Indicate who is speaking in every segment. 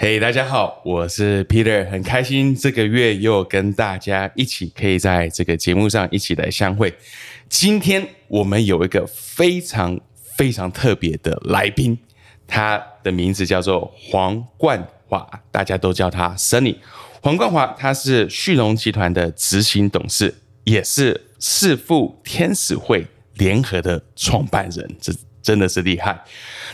Speaker 1: 嘿、大家好，我是 Peter，很开心这个月又跟大家一起可以在这个节目上一起来相会。今天我们有一个非常非常特别的来宾，他的名字叫做黄冠华，大家都叫他 Sunny。黄冠华他是旭荣集团的执行董事，也是世富天使会联合的创办人，这真的是厉害。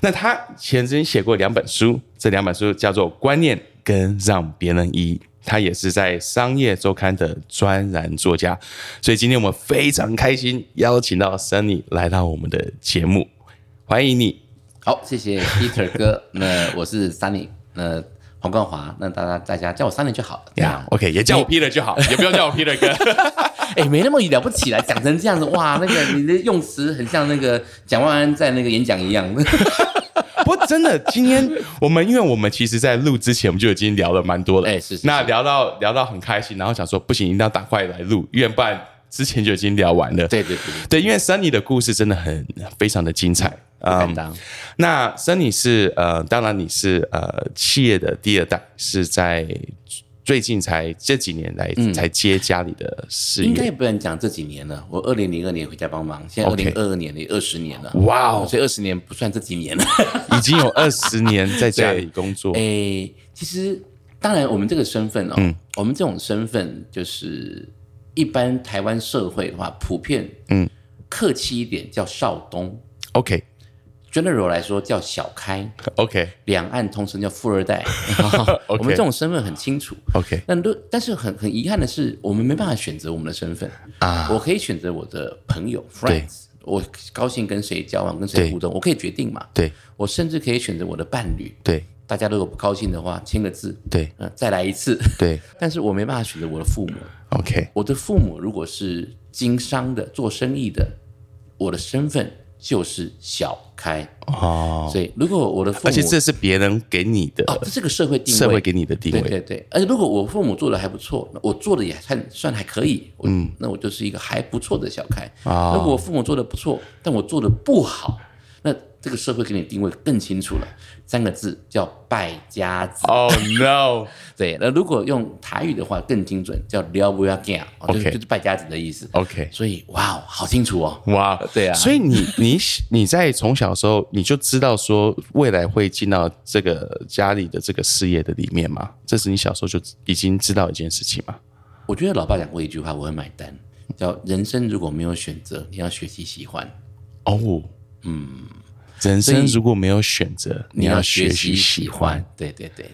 Speaker 1: 那他前曾写过两本书，这两本书叫做《观念》跟《让别人赢》，他也是在《商业周刊》的专栏作家。所以今天我们非常开心邀请到 Sunny 来到我们的节目，欢迎你。
Speaker 2: 好，谢谢 Peter 哥。那我是 Sunny，那黄冠华，那大家大家叫我 Sunny 就好了。这
Speaker 1: 呀
Speaker 2: 样，
Speaker 1: ，OK，也叫我 Peter 就 好，也不要叫我 Peter 哥。
Speaker 2: 哎，没那么了不起啦，讲成这样子， 哇，那个你的用词很像那个蒋万安在那个演讲一样。
Speaker 1: 不过真的，今天我们因为我们其实，在录之前我们就已经聊了蛮多了，
Speaker 2: 哎是是
Speaker 1: 那聊到聊到很开心，然后想说不行，一定要赶快来录，因为不然之前就已经聊完了。
Speaker 2: 对对对对，
Speaker 1: 对，因为 Sunny 的故事真的很非常的精彩。
Speaker 2: 不敢当。
Speaker 1: 那 Sunny 是呃，当然你是呃企业的第二代，是在最近才这几年来、才接家里的事
Speaker 2: 应该
Speaker 1: 业。
Speaker 2: 也不能讲这几年了，我二零零二年回家帮忙，现在二
Speaker 1: OK
Speaker 2: 零二二年了，也二十年了。
Speaker 1: 哇哦
Speaker 2: 所以二十年不算这几年了。
Speaker 1: 已经有二十年在家 里工作，
Speaker 2: 诶，其实当然，我们这个身份哦，
Speaker 1: 嗯
Speaker 2: 我们这种身份就是一般台湾社会的话，普遍嗯客气一点叫少东
Speaker 1: OK
Speaker 2: ，general 来说叫小 开，
Speaker 1: OK
Speaker 2: 两岸通称叫富二代。我
Speaker 1: OK
Speaker 2: 们这种身份很清楚。
Speaker 1: OK
Speaker 2: 那都但是很很遗憾的是，我们没办法选择我们的身份
Speaker 1: 啊，
Speaker 2: 我可以选择我的朋友 friends，我高兴跟谁交往，跟
Speaker 1: 对
Speaker 2: 谁互动，我可以决定嘛。
Speaker 1: 对
Speaker 2: 我甚至可以选择我的伴侣，
Speaker 1: 对
Speaker 2: 大家如果不高兴的话，签个字，
Speaker 1: 对
Speaker 2: 呃，再来一次。
Speaker 1: 对
Speaker 2: 但是我没办法选择我的父母。
Speaker 1: OK
Speaker 2: 我的父母如果是经商的、做生意的，我的身份就是小开。
Speaker 1: 哦，
Speaker 2: 所以，如果我的父母，
Speaker 1: 而且这是别人给你的、
Speaker 2: 哦，这是个社会定位，
Speaker 1: 社会给你的地位
Speaker 2: 对对对。而且，如果我父母做的还不错，那我做的也算算还可以，嗯，那我就是一个还不错的小开。
Speaker 1: 哦
Speaker 2: 如果我父母做的不错，但我做的不好，那这个社会给你定位更清楚了，三个字叫败家子。
Speaker 1: Oh no！
Speaker 2: 对，那如果用台语的话更精准，叫撩不要 g 哦，就是
Speaker 1: OK
Speaker 2: 就是败家子的意思。
Speaker 1: OK
Speaker 2: 所以哇，好清楚哦。
Speaker 1: 哇，
Speaker 2: 对啊
Speaker 1: 所以 你你你在从小的时候你就知道说未来会进到这个家里的这个事业的里面吗？这是你小时候就已经知道一件事情吗？
Speaker 2: 我觉得老爸讲过一句话，我很买单，叫 人生如果没有选择，你要学习喜欢，
Speaker 1: 哦，嗯，人生如果没有选择，你要学
Speaker 2: 学
Speaker 1: 习喜
Speaker 2: 喜
Speaker 1: 欢。。
Speaker 2: 对对对对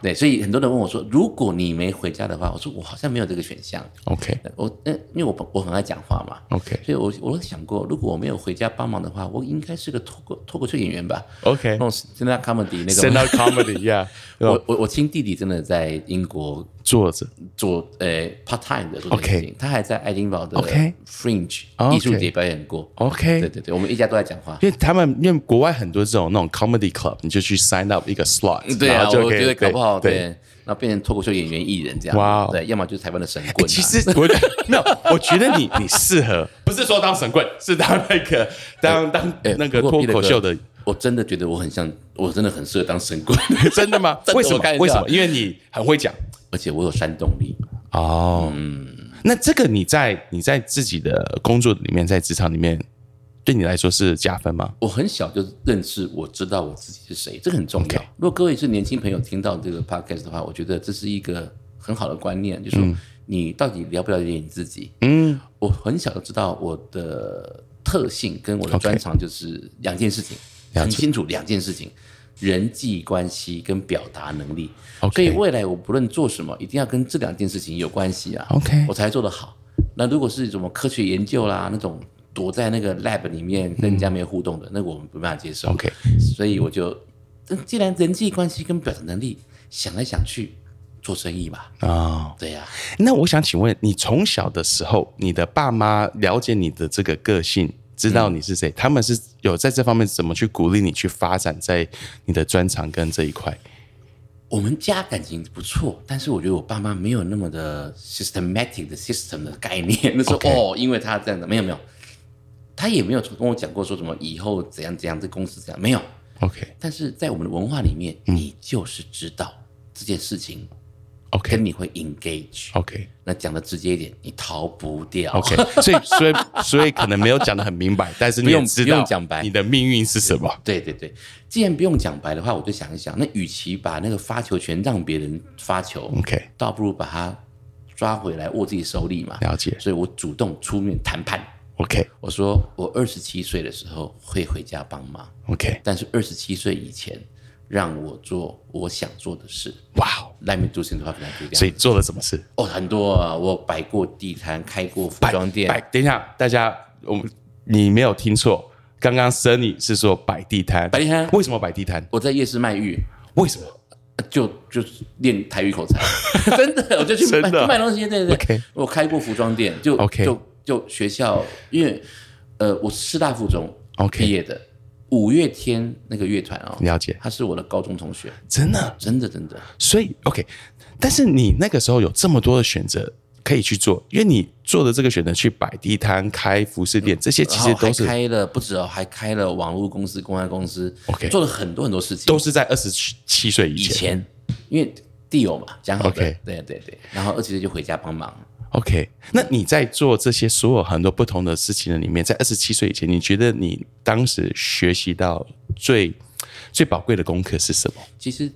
Speaker 2: 对，所以很多人问我说，如果你没回家的话，我说我好像没有这个选项。
Speaker 1: OK
Speaker 2: 我那因为我我很爱讲话嘛。
Speaker 1: OK
Speaker 2: 所以我，我想过，如果我没有回家帮忙的话，我应该是个脱口脱口秀演员吧，
Speaker 1: OK
Speaker 2: 那种 stand up comedy 那种
Speaker 1: Stand。up comedy yeah，
Speaker 2: 我我我亲弟弟真的在英国
Speaker 1: 坐着
Speaker 2: 做呃 part time 的做这件事情，他还在爱丁堡的
Speaker 1: OK
Speaker 2: Fringe
Speaker 1: OK
Speaker 2: 艺术节表演过。对
Speaker 1: OK。
Speaker 2: 对对，我们一家都在讲 话。
Speaker 1: 因为他们因为国外很多这种那种 comedy club，你就去 sign up 一个 slot，
Speaker 2: 对
Speaker 1: 然
Speaker 2: 啊，
Speaker 1: 后就
Speaker 2: 我
Speaker 1: 可以
Speaker 2: 觉得搞不好
Speaker 1: 对
Speaker 2: 对，那变成脱口秀演员、艺人这样。
Speaker 1: 哇哦
Speaker 2: 对，要么就是台湾的神棍啊。
Speaker 1: 其实我觉得没有，我觉得你你适 合，不是说当神棍，是当那个当当
Speaker 2: 哎
Speaker 1: 那个
Speaker 2: 不过
Speaker 1: 脱
Speaker 2: Peter
Speaker 1: 口秀的
Speaker 2: 哥，我真的觉得我很像，我真的很适合当神棍，
Speaker 1: 真的吗？
Speaker 2: 真的
Speaker 1: 为什
Speaker 2: 我
Speaker 1: 么？
Speaker 2: 看一下
Speaker 1: 为什么？因为你很会讲
Speaker 2: 而且我有煽动力。
Speaker 1: 哦。那这个你在你在自己的工作里面，在职场里面，对你来说是加分吗？
Speaker 2: 我很小就认识，我知道我自己是谁，这个很重要。
Speaker 1: OK
Speaker 2: 如果各位是年轻朋友听到这个 podcast 的话，我觉得这是一个很好的观念，就是说你到底了不了解你自己。
Speaker 1: 嗯，
Speaker 2: 我很小就知道我的特性跟我的
Speaker 1: OK
Speaker 2: 专长就是两件事情很清楚两件事情：人际关系跟表达能力。
Speaker 1: OK
Speaker 2: 所以未来我不论做什么，一定要跟这两件事情有关系啊。
Speaker 1: OK
Speaker 2: 我才做得好。那如果是什么科学研究啦，那种躲在那个 lab 里面跟人家没有互动的，那个我们没办法接受。
Speaker 1: 嗯 OK
Speaker 2: 所以我就，既然人际关系跟表达能力想来想去，做生意嘛。
Speaker 1: 哦，
Speaker 2: 对呀、
Speaker 1: 那我想请问你，从小的时候，你的爸妈了解你的这个个性，知道你是谁，
Speaker 2: 嗯
Speaker 1: 他们是有在这方面怎么去鼓励你去发展在你的专长跟这一块？
Speaker 2: 我们家感情不错，但是我觉得我爸妈没有那么的 systematic 的 system 的概念。那时候
Speaker 1: OK
Speaker 2: 哦，因为他这样的没有没有，他也没有跟我讲过说什么以后怎样怎样，这公司怎样没有。
Speaker 1: OK
Speaker 2: 但是在我们的文化里面，
Speaker 1: 嗯
Speaker 2: 你就是知道这件事情
Speaker 1: OK
Speaker 2: 跟你会 engage。
Speaker 1: OK
Speaker 2: 那讲的直接一点，你逃不掉。
Speaker 1: OK，所以所以所以可能没有讲的很明白，但是你也
Speaker 2: 不用
Speaker 1: 知
Speaker 2: 不
Speaker 1: 道
Speaker 2: 用讲白
Speaker 1: 你的命运是什么。
Speaker 2: 对对对，既然不用讲白的话，我就想一想，那与其把那个发球权让别人发球，
Speaker 1: OK，
Speaker 2: 倒不如把它抓回来握自己手里嘛。
Speaker 1: 了解。
Speaker 2: 所以我主动出面谈判，
Speaker 1: OK
Speaker 2: 我说我二十七岁的时候会回家帮忙，
Speaker 1: OK，
Speaker 2: 但是二十七岁以前让我做我想做的事。
Speaker 1: 哇哦，
Speaker 2: Let me do something that I do
Speaker 1: 所以做了什么事？
Speaker 2: 哦，很多啊，我摆过地摊，开过服装店，
Speaker 1: 摆，等一下，大家，我们你没有听错，刚刚 Sunny 是说摆地摊，
Speaker 2: 摆地摊
Speaker 1: 为什么摆地摊？
Speaker 2: 我在夜市卖玉。
Speaker 1: 为什么？
Speaker 2: 就就是练台语口才， 真的，我就去卖
Speaker 1: 真的啊
Speaker 2: 去卖东西，对对对
Speaker 1: OK
Speaker 2: 我开过服装店，就
Speaker 1: OK
Speaker 2: 就就学校，因为呃，我师大附中
Speaker 1: OK
Speaker 2: 毕业的，五月天那个乐团哦，
Speaker 1: 了解，
Speaker 2: 他是我的高中同学，
Speaker 1: 真的，
Speaker 2: 真的真的，
Speaker 1: 所以 OK，但是你那个时候有这么多的选择可以去做，因为你做的这个选择去摆地摊、开服饰店，这些其
Speaker 2: 然
Speaker 1: 实
Speaker 2: 后还
Speaker 1: 都是
Speaker 2: 开了不止哦，还开了网络公司、公关公司
Speaker 1: OK
Speaker 2: 做了很多很多事情，
Speaker 1: 都是在二十七岁以
Speaker 2: 以
Speaker 1: 前。
Speaker 2: 前因为地友嘛，讲好的
Speaker 1: OK
Speaker 2: 对对对，然后二十岁就回家帮忙，
Speaker 1: OK，那你在做这些所有很多不同的事情的里面，在二十七岁以前，你觉得你当时学习到最最宝贵的功课是什么？
Speaker 2: 其实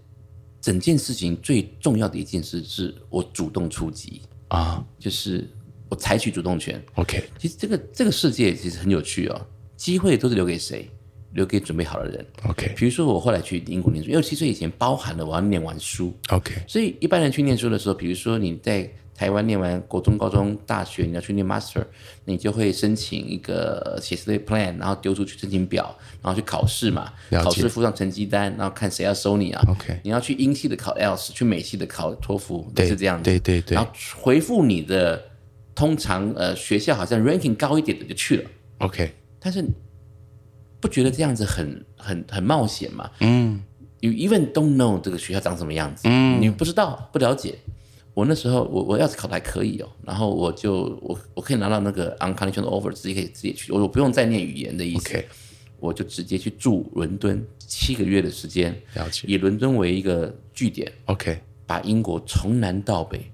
Speaker 2: 整件事情最重要的一件事是我主动出击。
Speaker 1: 啊
Speaker 2: 就是我采取主动权。
Speaker 1: ，OK，
Speaker 2: 其实这个这个世界其实很有趣哦，机会都是留给谁？留给准备好的人。
Speaker 1: OK
Speaker 2: 比如说我后来去英国念书，因为七岁以前包含了我要念完书，
Speaker 1: OK
Speaker 2: 所以一般人去念书的时候，比如说你在台湾念完国中、高中、大学，你要去念 master，你就会申请一个写 study plan，然后丢出去申请表，然后去考试嘛，
Speaker 1: 了解
Speaker 2: 考试附上成绩单，然后看谁要收你啊。
Speaker 1: OK
Speaker 2: 你要去英系的考 IELTS，去美系的考托福，
Speaker 1: 对
Speaker 2: 是这样子。
Speaker 1: 对对对
Speaker 2: 然后回复你的，通常呃学校好像 ranking 高一点的就去了，
Speaker 1: OK，
Speaker 2: 但是不觉得这样子很很很冒险吗？嗯，You even don't know 这个学校长什么样子，嗯，你不知道不了解。我那时候我我要是考的还可以哦，然后我就我我可以拿到那个 unconditional offer，自己可以自己去，我我不用再念语言的意思
Speaker 1: OK
Speaker 2: 我就直接去住伦敦七个月的时间，
Speaker 1: 了解
Speaker 2: 以伦敦为一个据点，
Speaker 1: OK
Speaker 2: 把英国从南到北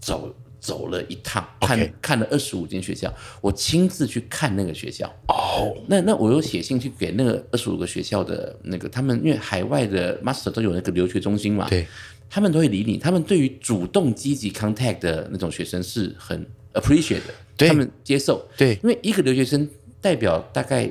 Speaker 2: 走走了一趟，看
Speaker 1: OK
Speaker 2: 看了二十五间学校，我亲自去看那个学校。
Speaker 1: 哦
Speaker 2: 那那我又写信去给那个二十五个学校的那个他们，因为海外的 master 都有那个留学中心嘛，
Speaker 1: 对，
Speaker 2: 他们都会理你，他们对于主动积极 contact 的那种学生是很 appreciate 的，
Speaker 1: 对
Speaker 2: 他们接受，
Speaker 1: 对
Speaker 2: 因为一个留学生代表大概。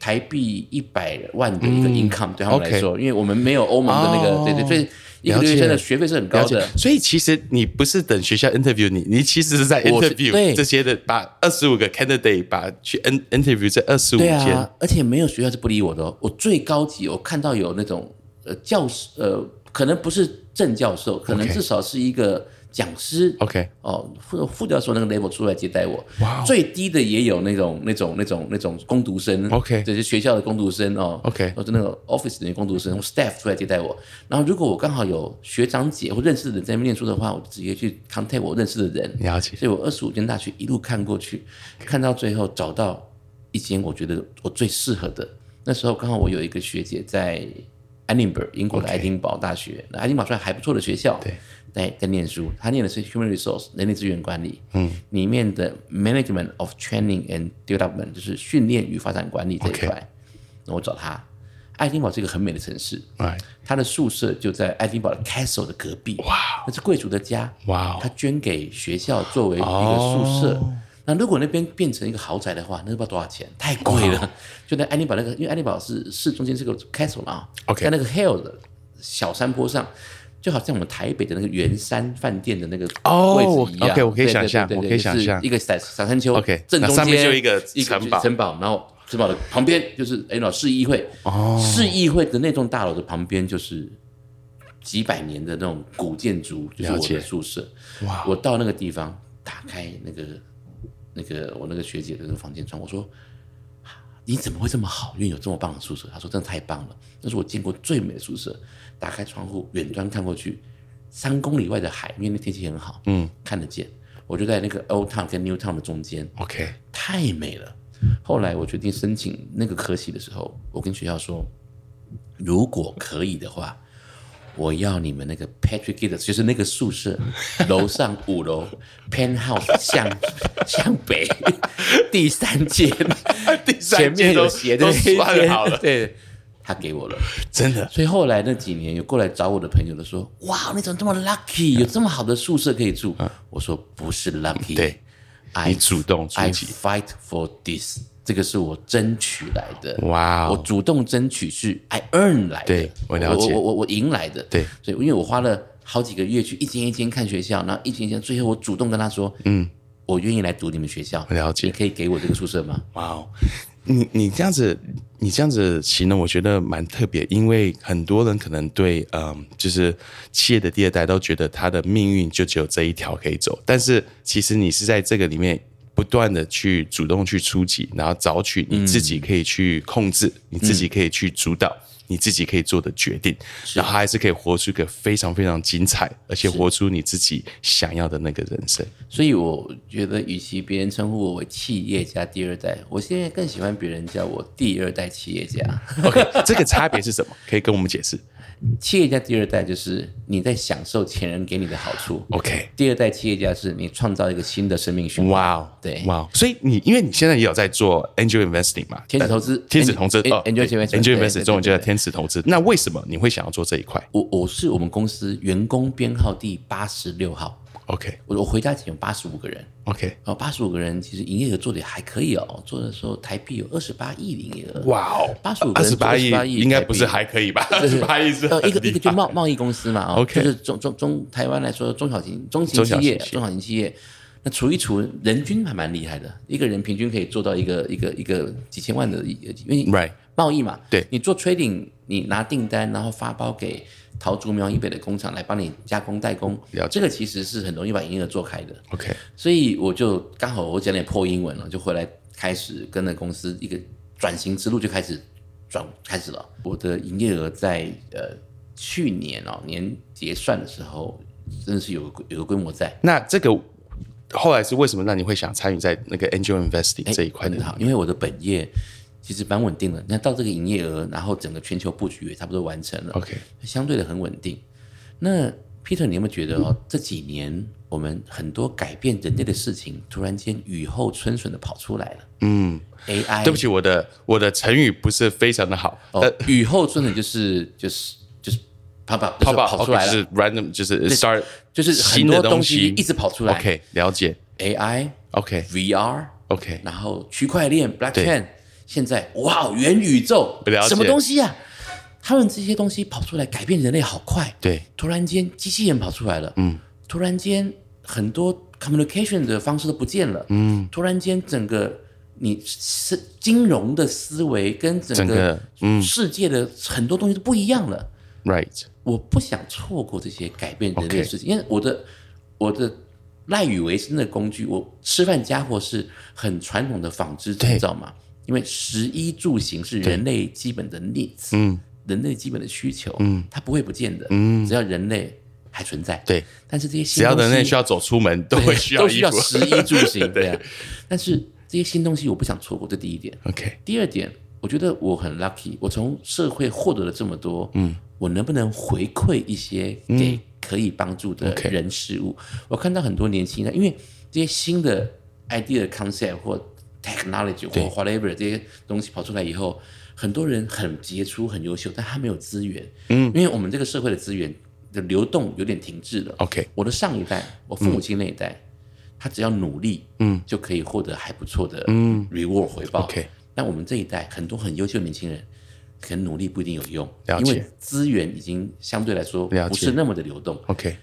Speaker 2: 台币一百万的一个 income、对他们
Speaker 1: 嗯
Speaker 2: 来
Speaker 1: OK
Speaker 2: 说因为我们没有欧盟的那个
Speaker 1: 哦
Speaker 2: 对对，所以一个
Speaker 1: 了解
Speaker 2: 留学生的学费是很
Speaker 1: 了
Speaker 2: 高
Speaker 1: 解
Speaker 2: 的。。
Speaker 1: 所以其实你不是等学校 interview 你，你其实是在
Speaker 2: 我是
Speaker 1: interview
Speaker 2: 对
Speaker 1: 这些的，把二十五个 candidate 把去 n interview 这二十五
Speaker 2: 对
Speaker 1: 间
Speaker 2: 啊，而且没有学校是不理我的、哦。我最高级，我看到有那种呃教师，呃，可能不是正教授，可能
Speaker 1: OK
Speaker 2: 至少是一个讲师。
Speaker 1: OK
Speaker 2: 哦，副副教授那个 level 出来接待我。
Speaker 1: 哇哦
Speaker 2: 最低的也有那种那种那种那种工读生。
Speaker 1: OK
Speaker 2: 就是学校的工读生哦。
Speaker 1: OK
Speaker 2: 或者那个 office 的工读生或 staff 出来接待我。然后如果我刚好有学长姐或认识的人在那边念书的话，我就直接去 contact 我认识的人。
Speaker 1: 了解。
Speaker 2: 所以我二十五间大学一路看过去，看到最后找到一间我觉得我最适合的。那时候刚好我有一个学姐在爱丁堡，英国的爱丁堡大学，那爱丁堡算还不错的学校，
Speaker 1: 对，
Speaker 2: 在在念书，她念的是 Human Resource 人力资源管理，嗯，里面的 Management of Training and Development 就是训练与发展管理这一
Speaker 1: OK
Speaker 2: 块。那我找她，爱丁堡是一个很美的城市，
Speaker 1: Right，
Speaker 2: 她的宿舍就在爱丁堡的 Castle 的隔壁，
Speaker 1: 哇哦
Speaker 2: 那是贵族的家，
Speaker 1: 哇哦
Speaker 2: 他捐给学校作为一个宿舍。那如果那边变成一个豪宅的话，那不知道多少钱，太贵了。 就在安妮堡那个，因为安妮堡是市中心是个 castle 嘛啊
Speaker 1: OK
Speaker 2: 在那个 hill 的小山坡上，就好像我们台北的那个圆山饭店的那个
Speaker 1: 哦
Speaker 2: 位置一样。
Speaker 1: OK，我可以
Speaker 2: 对对
Speaker 1: 想象
Speaker 2: 对
Speaker 1: 我
Speaker 2: 对
Speaker 1: 可以想象
Speaker 2: 就是一个小小山丘
Speaker 1: OK，
Speaker 2: 正中
Speaker 1: 那
Speaker 2: 间
Speaker 1: 上面就一个
Speaker 2: 一个
Speaker 1: 城堡
Speaker 2: 城堡，然后城堡的旁
Speaker 1: 哦
Speaker 2: 边就是哎，老市议会哦，市议会的那栋大楼的旁边就是几百年的那种古建筑，就是
Speaker 1: 了
Speaker 2: 我
Speaker 1: 解
Speaker 2: 的宿舍。
Speaker 1: 哇，
Speaker 2: 我到那个地方，打开那个那个我那个学姐的那个房间窗，我说：“你怎么会这么好运，有这么棒的宿舍？”她说：“真的太棒了，那是我见过最美的宿舍。”打开窗户，远端看过去，三公里外的海，因为那天气很好，
Speaker 1: 嗯，
Speaker 2: 看得见。我就在那个 Old Town 跟 New Town 的中间，
Speaker 1: ，OK，
Speaker 2: 太美了。后来我决定申请那个科系的时候，我跟学校说，如果可以的话，我要你们那个 Patrick g i t t s 就是那个宿舍楼上五楼 penthouse 向向北第三间，
Speaker 1: 第
Speaker 2: 前
Speaker 1: 三
Speaker 2: 面
Speaker 1: 间
Speaker 2: 有
Speaker 1: 都
Speaker 2: 斜的
Speaker 1: 都
Speaker 2: 那一
Speaker 1: 算
Speaker 2: 间
Speaker 1: 好 了，
Speaker 2: 对，他给我了。
Speaker 1: 真的
Speaker 2: 所以后来那几年有过来找我的朋友都说：“哇，你怎么这么 lucky，有这么好的宿舍可以住？”我说：“不是 lucky，
Speaker 1: 啊对
Speaker 2: I
Speaker 1: 你主动出
Speaker 2: I
Speaker 1: 击
Speaker 2: fight for this，这个是我争取来的。
Speaker 1: 哇哦
Speaker 2: 我主动争取是 I earn 来的，
Speaker 1: 对我了解
Speaker 2: 我我我我赢来的。
Speaker 1: 对，
Speaker 2: 所以因为我花了好几个月去一间一间看学校，然后一间一间，最后我主动跟他说，嗯，我愿意来读你们学校，
Speaker 1: 我了解
Speaker 2: 你可以给我这个宿舍吗？
Speaker 1: 哇哦，你你这样子，你这样子形容，我觉得蛮特别，因为很多人可能对嗯，就是企业的第二代都觉得他的命运就只有这一条可以走，但是其实你是在这个里面。不断的去主动去出击，然后找取你自己可以去控制、你自己可以去主导、你自己可以做的决定，然后还是可以活出一个非常非常精彩，而且活出你自己想要的那个人生。
Speaker 2: 所以我觉得，与其别人称呼我为企业家第二代，我现在更喜欢别人叫我第二代企业家。
Speaker 1: OK，这个差别是什么？可以跟我们解释
Speaker 2: 企业家第二代就是你在享受前人给你的好处。
Speaker 1: ？OK，
Speaker 2: 第二代企业家是你创造一个新的生命循环。
Speaker 1: 哇哦，
Speaker 2: 对
Speaker 1: 哇哦，所以你因为你现在也有在做 angel investing 嘛，
Speaker 2: 天使投资
Speaker 1: 但天使投资
Speaker 2: Angel-
Speaker 1: 哦
Speaker 2: Angel
Speaker 1: ，angel
Speaker 2: investment，对对
Speaker 1: investing
Speaker 2: 对
Speaker 1: 中文就叫
Speaker 2: 对对
Speaker 1: 天使投资。那为什么你会想要做这一块
Speaker 2: 我我是我们公司员工编号第八十六号，
Speaker 1: ？OK
Speaker 2: 我我回家前有八十五个人，
Speaker 1: OK，
Speaker 2: 哦，八十五个人其实营业额做的还可以哦，做的时候台币有二十八亿的营业额，
Speaker 1: 哇哦，
Speaker 2: 85
Speaker 1: 二十八亿
Speaker 2: 28亿
Speaker 1: 应该不是
Speaker 2: 台币
Speaker 1: 还可以吧？二
Speaker 2: 就
Speaker 1: 十
Speaker 2: 是
Speaker 1: 八亿是
Speaker 2: 呃
Speaker 1: 很
Speaker 2: 一个一个
Speaker 1: 厉
Speaker 2: 就
Speaker 1: 害
Speaker 2: 贸贸易公司嘛，哦
Speaker 1: OK
Speaker 2: 就是中中中台湾来说中小型中型
Speaker 1: 中小
Speaker 2: 企
Speaker 1: 型
Speaker 2: 业
Speaker 1: 企业
Speaker 2: 中小型企业，那除一除人均还蛮厉害的，一个人平均可以做到一个一个一个几千万的，呃因为
Speaker 1: Right
Speaker 2: 贸易嘛，
Speaker 1: 对
Speaker 2: 你做 trading，你拿订单然后发包给桃竹苗以北的工厂来帮你加工代工
Speaker 1: 了解，
Speaker 2: 这个其实是很容易把营业额做开的，
Speaker 1: OK
Speaker 2: 所以我就刚好我讲点破英文了，就回来开始跟着公司一个转型之路就开始转开始了。我的营业额在呃去年哦年结算的时候，真的是有个有个规模在。
Speaker 1: 那这个后来是为什么让你会想参与在那个 angel investing 这一块
Speaker 2: 哎很
Speaker 1: 呢？
Speaker 2: 好，因为我的本业其实蛮稳定的。那到这个营业额，然后整个全球布局也差不多完成了
Speaker 1: OK
Speaker 2: 相对的很稳定。那 Peter，你有没有觉得哦，这几年我们很多改变人类的事情，突然间雨后春笋的跑出来了？嗯，AI，
Speaker 1: 对不起，我的我的成语不是非常的好，呃
Speaker 2: 哦，雨后春笋就是就是就是啪啪
Speaker 1: 泡
Speaker 2: 跑
Speaker 1: 泡
Speaker 2: 跑出来
Speaker 1: 就
Speaker 2: 了，
Speaker 1: 是 random 就是 start
Speaker 2: 就是很
Speaker 1: 新的
Speaker 2: 多东
Speaker 1: 西
Speaker 2: 西一直跑出来。
Speaker 1: OK 了解
Speaker 2: AI、
Speaker 1: OK
Speaker 2: VR，
Speaker 1: OK
Speaker 2: 然后区块链 blockchain，现在哇，元宇宙
Speaker 1: 了解
Speaker 2: 什么东西啊？他们这些东西跑出来，改变人类好快。
Speaker 1: 对
Speaker 2: 突然间机器人跑出来了，嗯，突然间很多 communication 的方式都不见了，嗯，突然间整个你是金融的思维跟整
Speaker 1: 整
Speaker 2: 个嗯
Speaker 1: 个
Speaker 2: 世界的很多东西都不一样了。
Speaker 1: right
Speaker 2: 我不想错过这些改变人类
Speaker 1: OK
Speaker 2: 的事情因为我的我的赖以为生的工具，我吃饭家伙是很传统的纺织制造嘛，因为食衣住行是人类基本的 needs，嗯，人类基本的需求，嗯，它不会不见的，嗯，只要人类还存在，
Speaker 1: 对，
Speaker 2: 但是这些新
Speaker 1: 只要人类
Speaker 2: 东西
Speaker 1: 需要走出门，都会需要
Speaker 2: 都
Speaker 1: 衣
Speaker 2: 需
Speaker 1: 服
Speaker 2: 要 食衣住行，对啊，但是这些新东西我不想错过，这第一点。
Speaker 1: OK
Speaker 2: 第二点，我觉得我很 lucky，我从社会获得了这么多，嗯，我能不能回馈一些给可以帮助的
Speaker 1: OK
Speaker 2: 人事物？我看到很多年轻人，因为这些新的 idea、concept 或 technology 或 whatever 这些东西跑出来以后，很多人很杰出、很优秀，但他没有资源，嗯，因为我们这个社会的资源的流动有点停滞了。
Speaker 1: OK
Speaker 2: 我的上一代，我父母亲那一代，他只要努力，嗯，就可以获得还不错的嗯 reward 回报。
Speaker 1: OK
Speaker 2: 那我们这一代很多很优秀的年轻人，可能努力不一定有用，
Speaker 1: 了
Speaker 2: 因
Speaker 1: 解
Speaker 2: 为资源已经相对来说
Speaker 1: 了解
Speaker 2: 不是那么的流动。
Speaker 1: OK，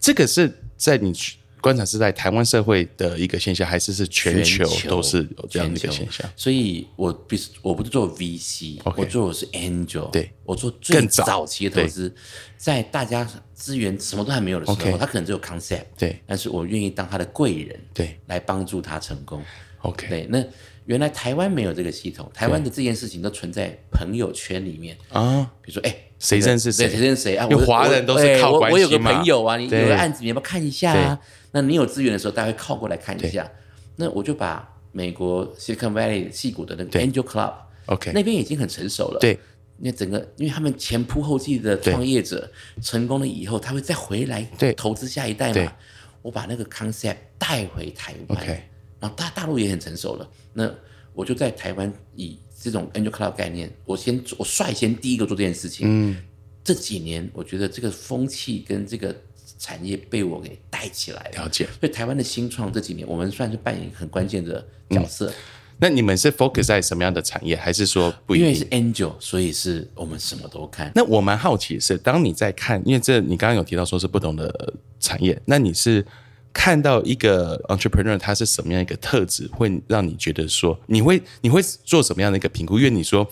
Speaker 1: 这个是在你观察是在台湾社会的一个现象，还是是全球都是有这样的一个
Speaker 2: 全
Speaker 1: 现
Speaker 2: 球
Speaker 1: 象？
Speaker 2: 所以我必须我不是做 VC，、
Speaker 1: OK
Speaker 2: 我做的是 angel，
Speaker 1: 对
Speaker 2: 我做最
Speaker 1: 更早
Speaker 2: 早期的投资，在大家资源什么都还没有的时候
Speaker 1: OK
Speaker 2: 他可能只有 concept，
Speaker 1: 对
Speaker 2: 但是我愿意当他的贵人，
Speaker 1: 对
Speaker 2: 来帮助他成功。
Speaker 1: ，OK，
Speaker 2: 对，那原来台湾没有这个系统，台湾的这件事情都存在朋友圈里面，
Speaker 1: 啊，
Speaker 2: 比如说，哎、
Speaker 1: 谁
Speaker 2: 那个
Speaker 1: 认识谁
Speaker 2: 对谁认识谁啊？
Speaker 1: 因为
Speaker 2: 我
Speaker 1: 华人
Speaker 2: 我
Speaker 1: 都是
Speaker 2: 哎
Speaker 1: 靠
Speaker 2: 我
Speaker 1: 关
Speaker 2: 我有
Speaker 1: 系
Speaker 2: 个
Speaker 1: 嘛
Speaker 2: 朋友啊，你有
Speaker 1: 对
Speaker 2: 个案子，你要不要看一下啊？那你有资源的时候，大家会靠过来看一下。那我就把美国 Silicon Valley 戏骨的那个
Speaker 1: 对
Speaker 2: Angel Club
Speaker 1: OK
Speaker 2: 那边已经很成熟了，
Speaker 1: 对。
Speaker 2: 那整个，因为他们前仆后继的
Speaker 1: 对
Speaker 2: 创业者成功了以后，他会再回来
Speaker 1: 对
Speaker 2: 投资下一代
Speaker 1: 对
Speaker 2: 嘛。我把那个 concept 带回台湾
Speaker 1: OK
Speaker 2: 然后大大陆也很成熟了。那我就在台湾以这种 angel cloud 概念，我先我率先第一个做这件事情。嗯，这几年我觉得这个风气跟这个产业被我给带起来了。
Speaker 1: 了解。
Speaker 2: 所以台湾的新创这几年，我们算是扮演很关键的角色。
Speaker 1: 那你们是 focus 在什么样的产业，还是说不一
Speaker 2: 因为
Speaker 1: 定？
Speaker 2: 是 angel，所以是我们什么都看。
Speaker 1: 那我蛮好奇的是，当你在看，因为这你刚刚有提到说是不同的呃产业，那你是看到一个 entrepreneur 他是什么样一个特质，会让你觉得说你会你会做什么样的一个评估？因为你说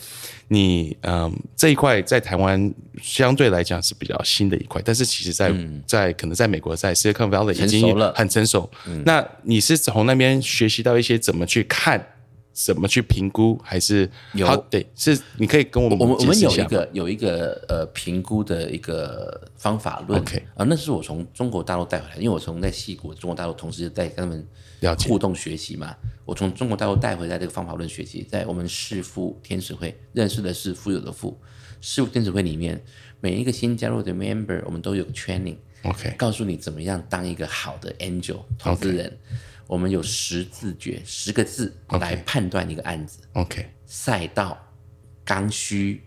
Speaker 1: 你嗯这一块在台湾相对来讲是比较新的一块，但是其实在、在可能在美国在 Silicon Valley 已
Speaker 2: 嗯成
Speaker 1: 经
Speaker 2: 熟了嗯
Speaker 1: 很成熟。那你是从那边学习到一些怎么去看？怎么去评估？还是
Speaker 2: 有
Speaker 1: 好对，是你可以跟我们
Speaker 2: 我们我们
Speaker 1: 解释
Speaker 2: 有
Speaker 1: 下
Speaker 2: 一
Speaker 1: 吗
Speaker 2: 个有一个呃评估的一个方法论
Speaker 1: OK
Speaker 2: 啊，那是我从中国大陆带回来，因为我从在西国中国大陆同时在跟他们
Speaker 1: 了解
Speaker 2: 互动学习嘛，我从中国大陆带回来这个方法论学习，在我们市富天使会认识的是富有的富，市富天使会里面每一个新加入的 member，我们都有个 training，
Speaker 1: OK
Speaker 2: 告诉你怎么样当一个好的 angel 投资人。我们有十字诀，十个字
Speaker 1: OK
Speaker 2: 来判断一个案子。
Speaker 1: OK
Speaker 2: 赛道、刚需、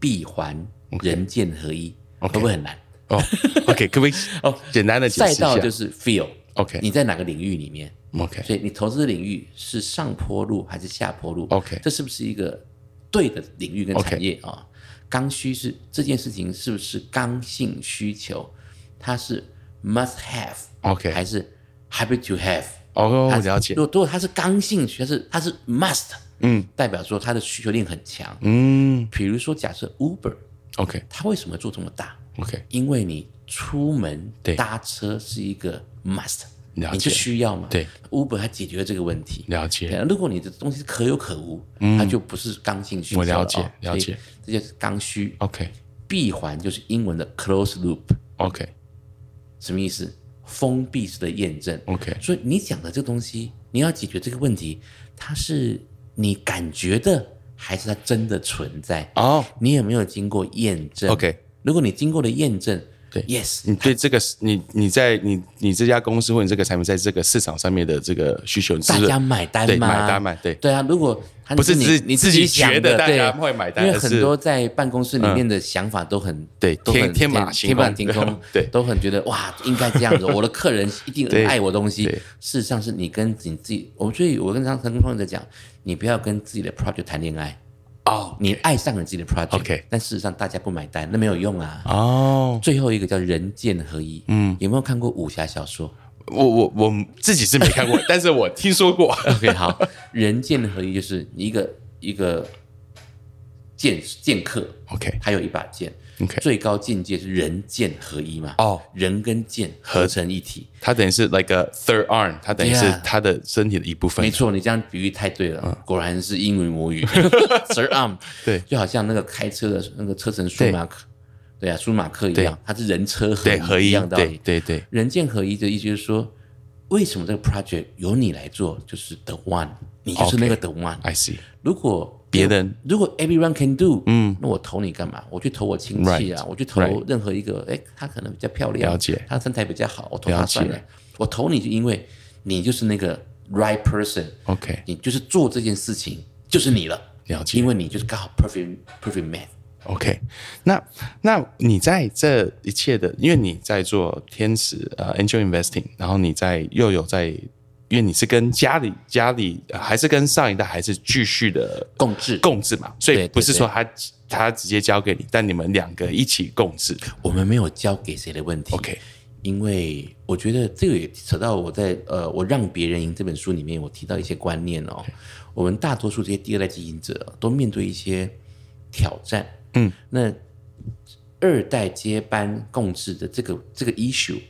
Speaker 2: 闭环、人剑合一
Speaker 1: OK
Speaker 2: 会不会很难？
Speaker 1: 哦 ，OK，可不可以哦
Speaker 2: 哦
Speaker 1: 简单的解释
Speaker 2: 赛
Speaker 1: 一下
Speaker 2: 道就是 feel，
Speaker 1: OK
Speaker 2: 你在哪个领域里面？
Speaker 1: OK
Speaker 2: 所以你投资的领域是上坡路还是下坡路
Speaker 1: OK
Speaker 2: 这是不是一个对的领域跟
Speaker 1: OK
Speaker 2: 产业啊刚需是这件事情是不是刚性需求？它是 must have
Speaker 1: OK
Speaker 2: 还啊是 happy to have？
Speaker 1: 哦，
Speaker 2: 它
Speaker 1: 我了解
Speaker 2: 如果如果它是刚性需，它是它是 must，嗯，代表说它的需求量很强，
Speaker 1: 嗯
Speaker 2: 比如说，假设 Uber，
Speaker 1: OK
Speaker 2: 它为什么做这么大？
Speaker 1: OK
Speaker 2: 因为你出门
Speaker 1: 对
Speaker 2: 搭车是一个 must，
Speaker 1: 了解
Speaker 2: 你就需要嘛。
Speaker 1: 对嗯
Speaker 2: ，Uber 它解决了这个问题。
Speaker 1: 了
Speaker 2: 对
Speaker 1: 解
Speaker 2: 啊如果你的东西可有可无，它就不是刚性需求
Speaker 1: 嗯我了
Speaker 2: 哦
Speaker 1: 解了，
Speaker 2: 所
Speaker 1: 解
Speaker 2: 以这就是刚需。
Speaker 1: OK
Speaker 2: 闭环就是英文的 close loop，
Speaker 1: OK
Speaker 2: 什么意思？封闭式的验证。
Speaker 1: OK
Speaker 2: 所以你讲的这个东西，你要解决这个问题，它是你感觉的，还是它真的存在？
Speaker 1: 哦
Speaker 2: 你有没有经过验证
Speaker 1: OK
Speaker 2: 如果你经过了验证，
Speaker 1: 对嗯
Speaker 2: ，yes，
Speaker 1: 你对这个你你在你你这家公司或者你这个产品在这个市场上面的这个需求，是
Speaker 2: 大
Speaker 1: 不是
Speaker 2: 家买单
Speaker 1: 对
Speaker 2: 吗？
Speaker 1: 买单买对
Speaker 2: 对啊，如果他
Speaker 1: 不是
Speaker 2: 你
Speaker 1: 自己
Speaker 2: 你
Speaker 1: 自己
Speaker 2: 想
Speaker 1: 觉
Speaker 2: 的
Speaker 1: 得大
Speaker 2: 对
Speaker 1: 家会买单
Speaker 2: 因为
Speaker 1: 而是嗯
Speaker 2: 很多在办公室里面的想法都很
Speaker 1: 对
Speaker 2: 都很
Speaker 1: 天天马行
Speaker 2: 天马
Speaker 1: 空
Speaker 2: 行空
Speaker 1: ，对
Speaker 2: 都很觉得哇，应该这样子，我的客人一定
Speaker 1: 对
Speaker 2: 很爱我东西
Speaker 1: 对。
Speaker 2: 事实上是你跟你自己，我所以我跟常常跟创业者讲，你不要跟自己的 project 谈恋爱。
Speaker 1: 哦
Speaker 2: 你爱上了自己的 project，、
Speaker 1: OK
Speaker 2: 但事实上大家不买单，那没有用啊。
Speaker 1: 哦，
Speaker 2: 最后一个叫人剑合一，嗯，有没有看过武侠小说
Speaker 1: 我我我自己是没看 过，但是我听说过。
Speaker 2: ？OK，好，人剑合一就是一个一个剑剑客，
Speaker 1: OK
Speaker 2: 他有一把剑
Speaker 1: OK
Speaker 2: 最高境界是人剑合一嘛？
Speaker 1: 哦
Speaker 2: 人跟剑合成一体，
Speaker 1: 它等于是 like a third arm，它等于是
Speaker 2: Yeah
Speaker 1: 它的身体的一部分嗯
Speaker 2: 没。错，你这样比喻太对了，果然是英文 母语。Sir Arm，
Speaker 1: 对
Speaker 2: 就好像那个开车的那个车神舒马克，对啊，舒马克一样，他是人车合
Speaker 1: 对，
Speaker 2: 一
Speaker 1: 合
Speaker 2: 一
Speaker 1: 一
Speaker 2: 样道
Speaker 1: 对
Speaker 2: 理。
Speaker 1: 对对
Speaker 2: 人剑合一的意思就是说，为什么这个 project 由你来做，就是 the one，你就是那个 the one。
Speaker 1: ，I see。
Speaker 2: 如果
Speaker 1: 别人
Speaker 2: 如果 everyone can do，嗯，那我投你干嘛？我去投我亲戚啊
Speaker 1: Right，
Speaker 2: 我去投
Speaker 1: right
Speaker 2: 任何一个，哎，他可能比较漂亮，
Speaker 1: 了解
Speaker 2: 他身材比较好，我投他
Speaker 1: 了解
Speaker 2: 算了。我投你就因为你就是那个 right person，
Speaker 1: OK
Speaker 2: 你就是做这件事情就是你了，
Speaker 1: 了解
Speaker 2: 因为你就是刚好 perfect perfect man。
Speaker 1: OK，那那你在这一切的，因为你在做天使呃 angel investing，然后你在又有在，因为你是跟家里家里、呃还是跟上一代还是继续的
Speaker 2: 共治
Speaker 1: 共治嘛，所以
Speaker 2: 对
Speaker 1: 不是说他他直接交给你，但你们两个一起共治。
Speaker 2: 我们没有交给谁的问题
Speaker 1: OK
Speaker 2: 因为我觉得这个也扯到我在呃，我让别人赢这本书里面，我提到一些观念哦。我们大多数这些第二代经营者都面对一些挑战，
Speaker 1: 嗯，
Speaker 2: 那二代接班共治的这个这个 issue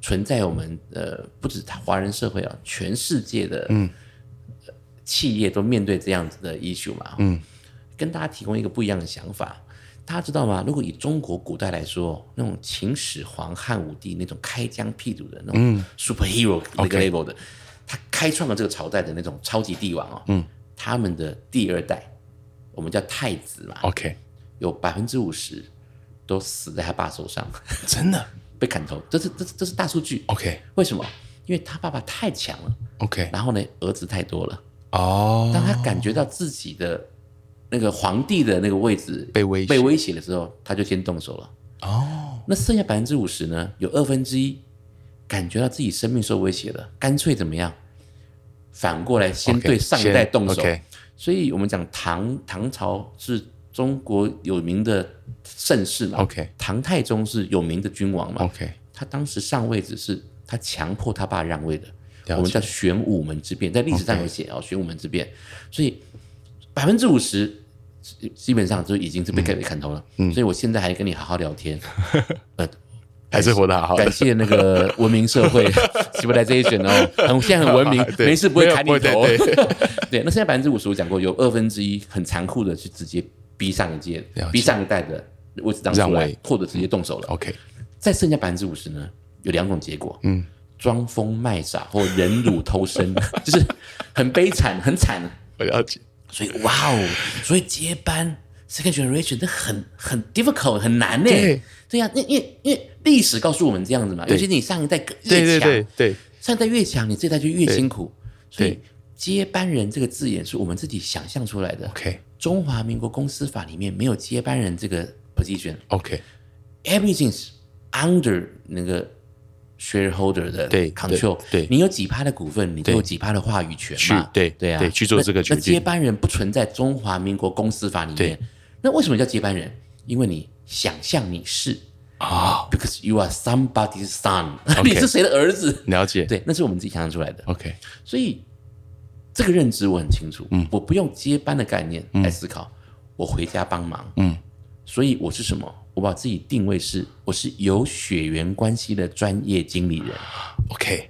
Speaker 2: 存在我们呃，不止华人社会啊，全世界的嗯企业都面对这样子的 issue 嘛，嗯，跟大家提供一个不一样的想法。大家知道吗？如果以中国古代来说，那种秦始皇、汉武帝那种开疆辟土的那种 superhero 那个 level 的，他开创了这个朝代的那种超级帝王哦，嗯，他们的第二代，我们叫太子嘛，
Speaker 1: OK，
Speaker 2: 有百分之五十都死在他爸手上，
Speaker 1: 真的
Speaker 2: 被砍头，这是这是这是大数据。
Speaker 1: OK
Speaker 2: 为什么？因为他爸爸太强了，
Speaker 1: OK
Speaker 2: 然后呢，儿子太多了，
Speaker 1: 哦，
Speaker 2: 当他感觉到自己的那个皇帝的那个位置
Speaker 1: 被威胁
Speaker 2: 被威胁的时候，他就先动手了。
Speaker 1: 哦，
Speaker 2: 那剩下百分之五十呢？有二分之一感觉到自己生命受威胁了，干脆怎么样？反过来先
Speaker 1: OK，
Speaker 2: 对上一代
Speaker 1: 先
Speaker 2: 动手。
Speaker 1: OK
Speaker 2: 所以我们讲唐唐朝是中国有名的盛世嘛
Speaker 1: OK
Speaker 2: 唐太宗是有名的君王嘛
Speaker 1: OK
Speaker 2: 他当时上位只是他强迫他爸让位的，
Speaker 1: 解
Speaker 2: 我们叫玄武门之变，在历史上有写啊、哦，玄武门之变，所以百分之五十基本上就已经是被砍被砍头了，
Speaker 1: 嗯
Speaker 2: 所以我现在还跟你好好聊天，呃，
Speaker 1: 还是活得好好
Speaker 2: 感
Speaker 1: 的。，
Speaker 2: 谢那个文明社会 civilization 哦，很现在很文明
Speaker 1: 对
Speaker 2: 没事不会砍
Speaker 1: 没
Speaker 2: 你
Speaker 1: 有不
Speaker 2: 头
Speaker 1: 会。
Speaker 2: 对，那现在百分之五十我讲过，有二分之一很残酷的去直接逼上一届
Speaker 1: 了解、
Speaker 2: 逼上一代的位置让出
Speaker 1: 让
Speaker 2: 来
Speaker 1: 位，
Speaker 2: 或者直接动手了。
Speaker 1: OK，
Speaker 2: 再剩下百分之五十呢，有两种结果，嗯，装疯卖傻或忍辱 偷生，就是很悲惨、很惨。
Speaker 1: 我了解。
Speaker 2: 所以哇哦，所以接班 second generation 这很很 difficult 很难呢、
Speaker 1: 对
Speaker 2: 对呀、因因为因为历史告诉我们这样子嘛，尤其你上一代啊
Speaker 1: 对
Speaker 2: 越
Speaker 1: 对
Speaker 2: 强，
Speaker 1: 对对，
Speaker 2: 上一代越强，你这代就越辛苦。所以
Speaker 1: 对
Speaker 2: 接班人这个字眼是我们自己想象出来的。
Speaker 1: OK
Speaker 2: 中华民国公司法里面没有接班人这个 position。
Speaker 1: OK，
Speaker 2: everything's under 那个 shareholder 的
Speaker 1: 对
Speaker 2: control，
Speaker 1: 对对
Speaker 2: 你有几趴的股份，你就有几趴的话语权嘛？
Speaker 1: 去对
Speaker 2: 对啊，
Speaker 1: 对去做这个决
Speaker 2: 那
Speaker 1: 定
Speaker 2: 那接班人不存在中华民国公司法里面
Speaker 1: 对，
Speaker 2: 那为什么叫接班人？因为你想象你是
Speaker 1: 啊，
Speaker 2: ，because you are somebody's son，
Speaker 1: OK
Speaker 2: 你是谁的儿子？
Speaker 1: 了解。
Speaker 2: 对，那是我们自己想象出来的。
Speaker 1: OK，
Speaker 2: 所以这个认知我很清楚，
Speaker 1: 嗯
Speaker 2: 我不用接班的概念来思考，我回家帮忙，
Speaker 1: 嗯，
Speaker 2: 所以我是什么？我把自己定位是我是有血缘关系的专业经理人，
Speaker 1: OK，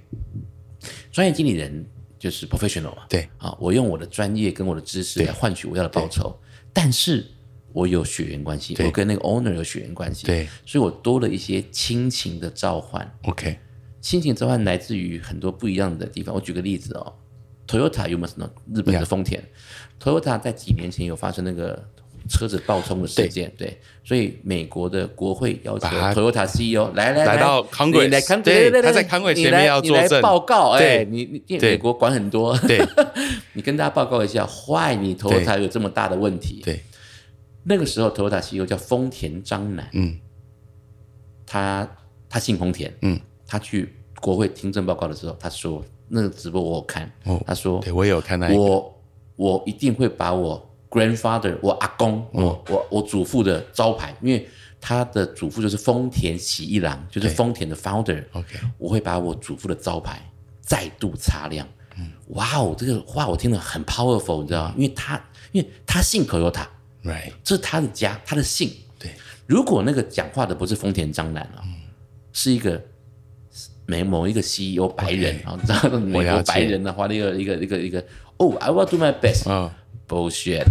Speaker 2: 专业经理人就是 professional 嘛，
Speaker 1: 对，
Speaker 2: 啊，我用我的专业跟我的知识来换取我要的报酬，但是我有血缘关系，
Speaker 1: 对
Speaker 2: 我跟那个 owner 有血缘关系，
Speaker 1: 对，
Speaker 2: 所以我多了一些亲情的召唤，
Speaker 1: OK，
Speaker 2: 亲情召唤来自于很多不一样的地方。我举个例子哦，Toyota 有没有什么日本
Speaker 1: Yeah
Speaker 2: 的丰田 t o y o t a 在几年前有发生那个车子爆冲的事件，对，所以美国的国会要求
Speaker 1: 把它
Speaker 2: Toyota CEO 来来
Speaker 1: 来到 Congress，
Speaker 2: 你来 Congress，
Speaker 1: 对
Speaker 2: 来来
Speaker 1: 他在
Speaker 2: 来
Speaker 1: Congress
Speaker 2: 你
Speaker 1: 前面
Speaker 2: 来
Speaker 1: 要
Speaker 2: 你
Speaker 1: 作
Speaker 2: 来
Speaker 1: 证
Speaker 2: 报告，
Speaker 1: 对
Speaker 2: 哎，你你因
Speaker 1: 对
Speaker 2: 为美国管很多，
Speaker 1: 对
Speaker 2: 你跟大家报告一下坏你 Toyota 有这么大的问题，
Speaker 1: 对，
Speaker 2: 那个时候 Toyota CEO 叫丰田章男，
Speaker 1: 嗯，
Speaker 2: 他他姓丰田，
Speaker 1: 嗯，
Speaker 2: 他去国会听证报告的时候，他说那个直播我有看，
Speaker 1: 哦
Speaker 2: 他说
Speaker 1: 对我也有看到一个
Speaker 2: 我我一定会把我 grandfather 我阿公、
Speaker 1: 哦
Speaker 2: 我我我祖父的招牌，因为他的祖父就是丰田喜一郎，就是丰田的 founder，
Speaker 1: OK，
Speaker 2: 我会把我祖父的招牌再度擦亮。
Speaker 1: 嗯
Speaker 2: 哇哦，这个话我听了很 powerful，你知道吗？因为他因为他信 Toyota，
Speaker 1: Right，
Speaker 2: 这是他的家，他的姓。
Speaker 1: 对，
Speaker 2: 如果那个讲话的不是丰田章男啊、
Speaker 1: 嗯
Speaker 2: 是一个美某一个 CEO 白人啊，你知道美
Speaker 1: 了
Speaker 2: 国
Speaker 1: 解
Speaker 2: 白人啊，花了一个一个一个一个哦，I will do my 哦 best
Speaker 1: 嗯，
Speaker 2: bullshit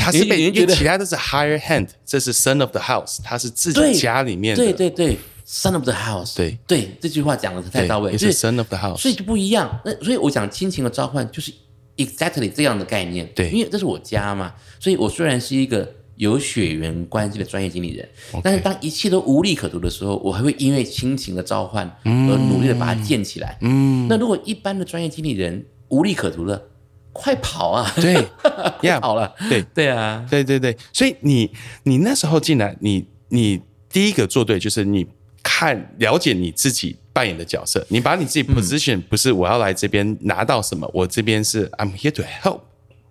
Speaker 1: 他是被
Speaker 2: 你你
Speaker 1: 因为
Speaker 2: 觉得
Speaker 1: 其他都是 higher hand，这是 son of the house，他是自
Speaker 2: 对
Speaker 1: 己家里面的，
Speaker 2: 对对对，son of the house，
Speaker 1: 对
Speaker 2: 对，这句话讲的太
Speaker 1: 对
Speaker 2: 到位，
Speaker 1: 也
Speaker 2: 就是
Speaker 1: son of the
Speaker 2: 所
Speaker 1: house，
Speaker 2: 以就不一样。那所以我讲亲情的召唤就是 exactly 这样的概念，
Speaker 1: 对
Speaker 2: 因为这是我家嘛，所以我虽然是一个有血缘关系的专业经理人
Speaker 1: OK
Speaker 2: 但是当一切都无利可图的时候，我还会因为亲情的召唤而
Speaker 1: 嗯
Speaker 2: 努力的把它建起来。嗯，那如果一般的专业经理人无利可图了，快跑啊！
Speaker 1: 对
Speaker 2: 快
Speaker 1: ，Yeah，
Speaker 2: 跑了，
Speaker 1: 对
Speaker 2: 对啊，
Speaker 1: 对对对，所以你你那时候进来，你你第一个做对就是你看了解你自己扮演的角色，你把你自己 position、不是我要来这边拿到什么，我这边是 I'm here to help。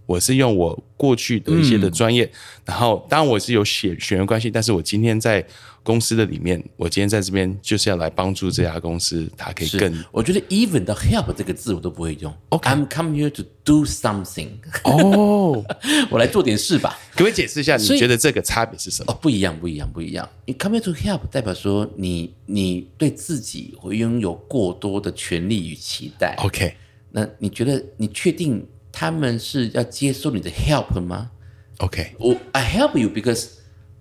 Speaker 1: 我是用我过去的一些的专业，然后当然我是有血血缘关系，但是我今天在公司的里面，我今天在这边就是要来帮助这家公司，它可以
Speaker 2: 是
Speaker 1: 更
Speaker 2: 我觉得 even 到 help 这个字我都不会用。I'm come here to do something，
Speaker 1: 哦。
Speaker 2: 我来做点事吧。
Speaker 1: 可不可以解释一下，你
Speaker 2: 所以
Speaker 1: 觉得这个差别是什么？
Speaker 2: 哦，不一样，不一样，不一样。你 come here to help 代表说你你对自己会拥有过多的权利与期待。
Speaker 1: OK，
Speaker 2: 那你觉得你确定他们是要接受你的 help 吗？
Speaker 1: OK，
Speaker 2: 我 I help you because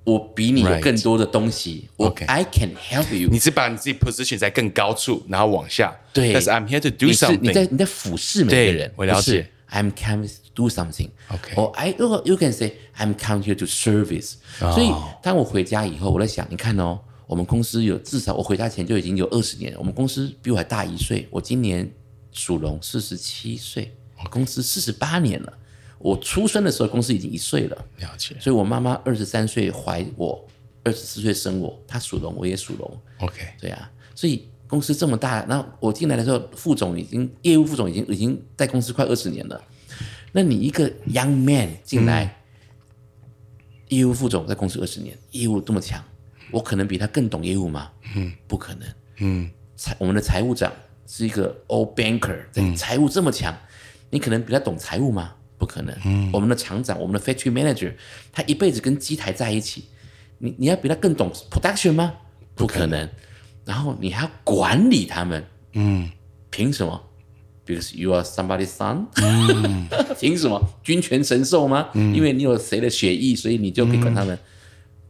Speaker 2: 我比你有
Speaker 1: Right
Speaker 2: 更多的东西。我
Speaker 1: Okay
Speaker 2: I can help you
Speaker 1: 你是把你自己 position 在更高处，然后往下。
Speaker 2: 对
Speaker 1: 但是 I'm here to do
Speaker 2: 你是你在
Speaker 1: something。
Speaker 2: 你在俯视每个
Speaker 1: 对
Speaker 2: 人，
Speaker 1: 我了解
Speaker 2: 不是。I'm coming to do something.
Speaker 1: OK
Speaker 2: Or I or you can say I'm come here to service. 所以当我回家以后，我在想，你看哦，我们公司有至少我回家前就已经有二十年了，我们公司比我还大一岁。我今年属龙，四十七岁，公司四十八年了。我出生的时候，公司已经一岁了。
Speaker 1: 了解
Speaker 2: 所以我妈妈二十三岁怀我，二十四岁生我，她属龙，我也属龙，
Speaker 1: ，OK，
Speaker 2: 对啊，所以公司这么大，那我进来的时候，副总已经业务副总已经已经在公司快二十年了，那你一个 young man 进来，业务副总在公司二十年，业务这么强，我可能比他更懂业务吗？嗯，不可能。
Speaker 1: 嗯，
Speaker 2: 财我们的财务长是一个 old banker，在财务这么强，你可能比他懂财务吗？不可能。我们的厂长，我们的 factory manager，他一辈子跟机台在一起，你你要比他更懂 production 吗？不可能。然后你还要管理他们，
Speaker 1: 嗯，
Speaker 2: 凭什么？Because you are somebody's son，、凭嗯 什么？君权神授吗？因为你有谁的血裔，所以你就可以管他们。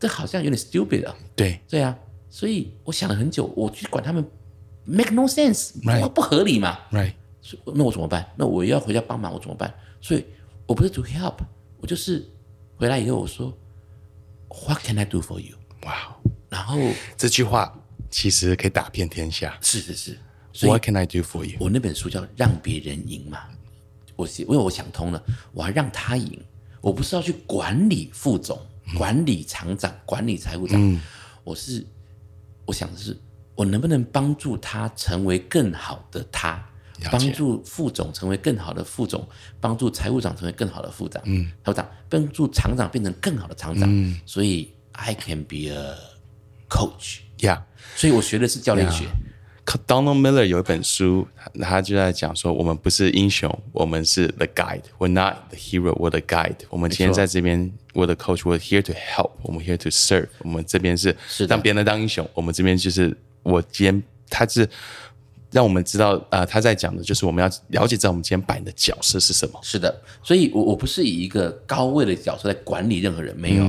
Speaker 2: 这好像有点 stupid 啊。
Speaker 1: 对，
Speaker 2: 对啊，所以我想了很久，我去管他们，make no sense，
Speaker 1: Right
Speaker 2: 不不合理嘛。
Speaker 1: ，right，
Speaker 2: 所以那我怎么办？那我要回家帮忙，我怎么办？所以我不是 to help，我就是回来以后我说，What can I do for you？
Speaker 1: 哇，
Speaker 2: 然后
Speaker 1: 这句话其实可以打遍天下。
Speaker 2: 是是是，所以
Speaker 1: What can I do for you？
Speaker 2: 我那本书叫《让别人赢》嘛，我是因为我想通了，我要让他赢，我不是要去管理副总、
Speaker 1: 嗯
Speaker 2: 管理厂长、管理财务长，我是我想的是，我能不能帮助他成为更好的他
Speaker 1: 了解，
Speaker 2: 帮助副总成为更好的副总，帮助财务长成为更好的副长，嗯，财务长帮助厂长变成更好的厂长，
Speaker 1: 嗯
Speaker 2: 所以 I can be a coach，
Speaker 1: Yeah。
Speaker 2: 所以我学的是教练学。
Speaker 1: Donald Miller 有一本书，他他就在讲说，我们不是英雄，我们是 the guide。We're not the hero, we're the guide。我们今天在这边，we're the coach, we're here to help，我们 here to serve。我们这边是
Speaker 2: 是的
Speaker 1: 让别人当英雄，我们这边就是我今天他是让我们知道，呃，他在讲的就是我们要了解在我们今天扮演的角色是什么。
Speaker 2: 是的，所以我我不是以一个高位的角色来管理任何人，没有。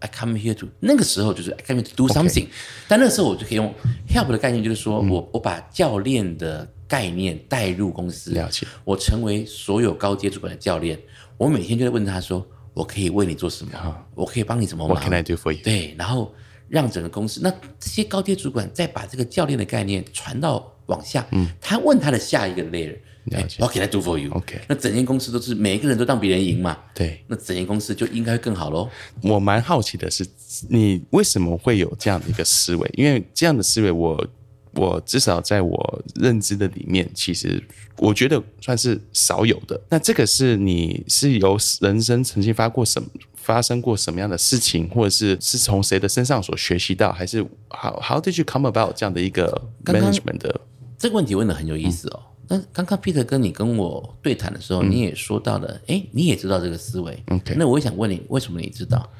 Speaker 2: I come here to 那个时候就是 I come here to do something，、但那个时候我就可以用 help 的概念，就是说、我我把教练的概念带入公司，
Speaker 1: 了解，
Speaker 2: 我成为所有高阶主管的教练，我每天就在问他说，我可以为你做什么？我可以帮你什么忙
Speaker 1: What can I do for you？
Speaker 2: 对，然后让整个公司，那这些高阶主管再把这个教练的概念传到往下，嗯，他问他的下一个 layer，哎
Speaker 1: 了解
Speaker 2: w h a t can I do for you？
Speaker 1: OK
Speaker 2: 那整间公司都是每一个人都让别人赢嘛，
Speaker 1: 对，
Speaker 2: 那整间公司就应该会更好喽。
Speaker 1: 我蛮好奇的是，你为什么会有这样的一个思维？因为这样的思维我，我至少在我认知的里面，其实我觉得算是少有的。那这个是你是由人生曾经发过什么发生过什么样的事情，或者是是从谁的身上所学习到，还是 how how did you come about 这样的一个
Speaker 2: 刚刚
Speaker 1: management 的
Speaker 2: 这个问题问的很有意思哦。那刚刚 Peter 跟你跟我对谈的时候，你也说到了，哎，你也知道这个思维
Speaker 1: 嗯 OK
Speaker 2: 那我也想问你，为什么你知道？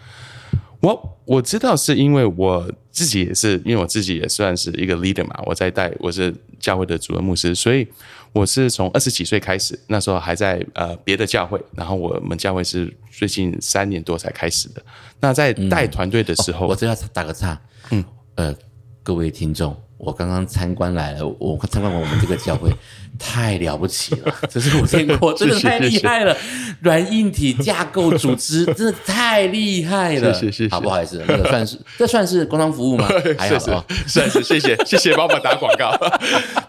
Speaker 1: 我我知道是因为我自己也是，因为我自己也算是一个 leader 嘛，我在带我是教会的主任牧师，所以我是从二十几岁开始，那时候还在呃别的教会，然后我们教会是最近三年多才开始的。那在带团队的时候，
Speaker 2: 我这要打个岔，嗯，呃，各位听众，我刚刚参观来了，我参观完我们这个教会， 太了不起了， 这是我见 过，真的太厉害了，软硬体架构 组织真的太厉害了，
Speaker 1: 是是是是
Speaker 2: 好不好意思，这 个算是这算是工商服务吗？还好哦。
Speaker 1: 算是谢谢谢谢帮我们打广 告。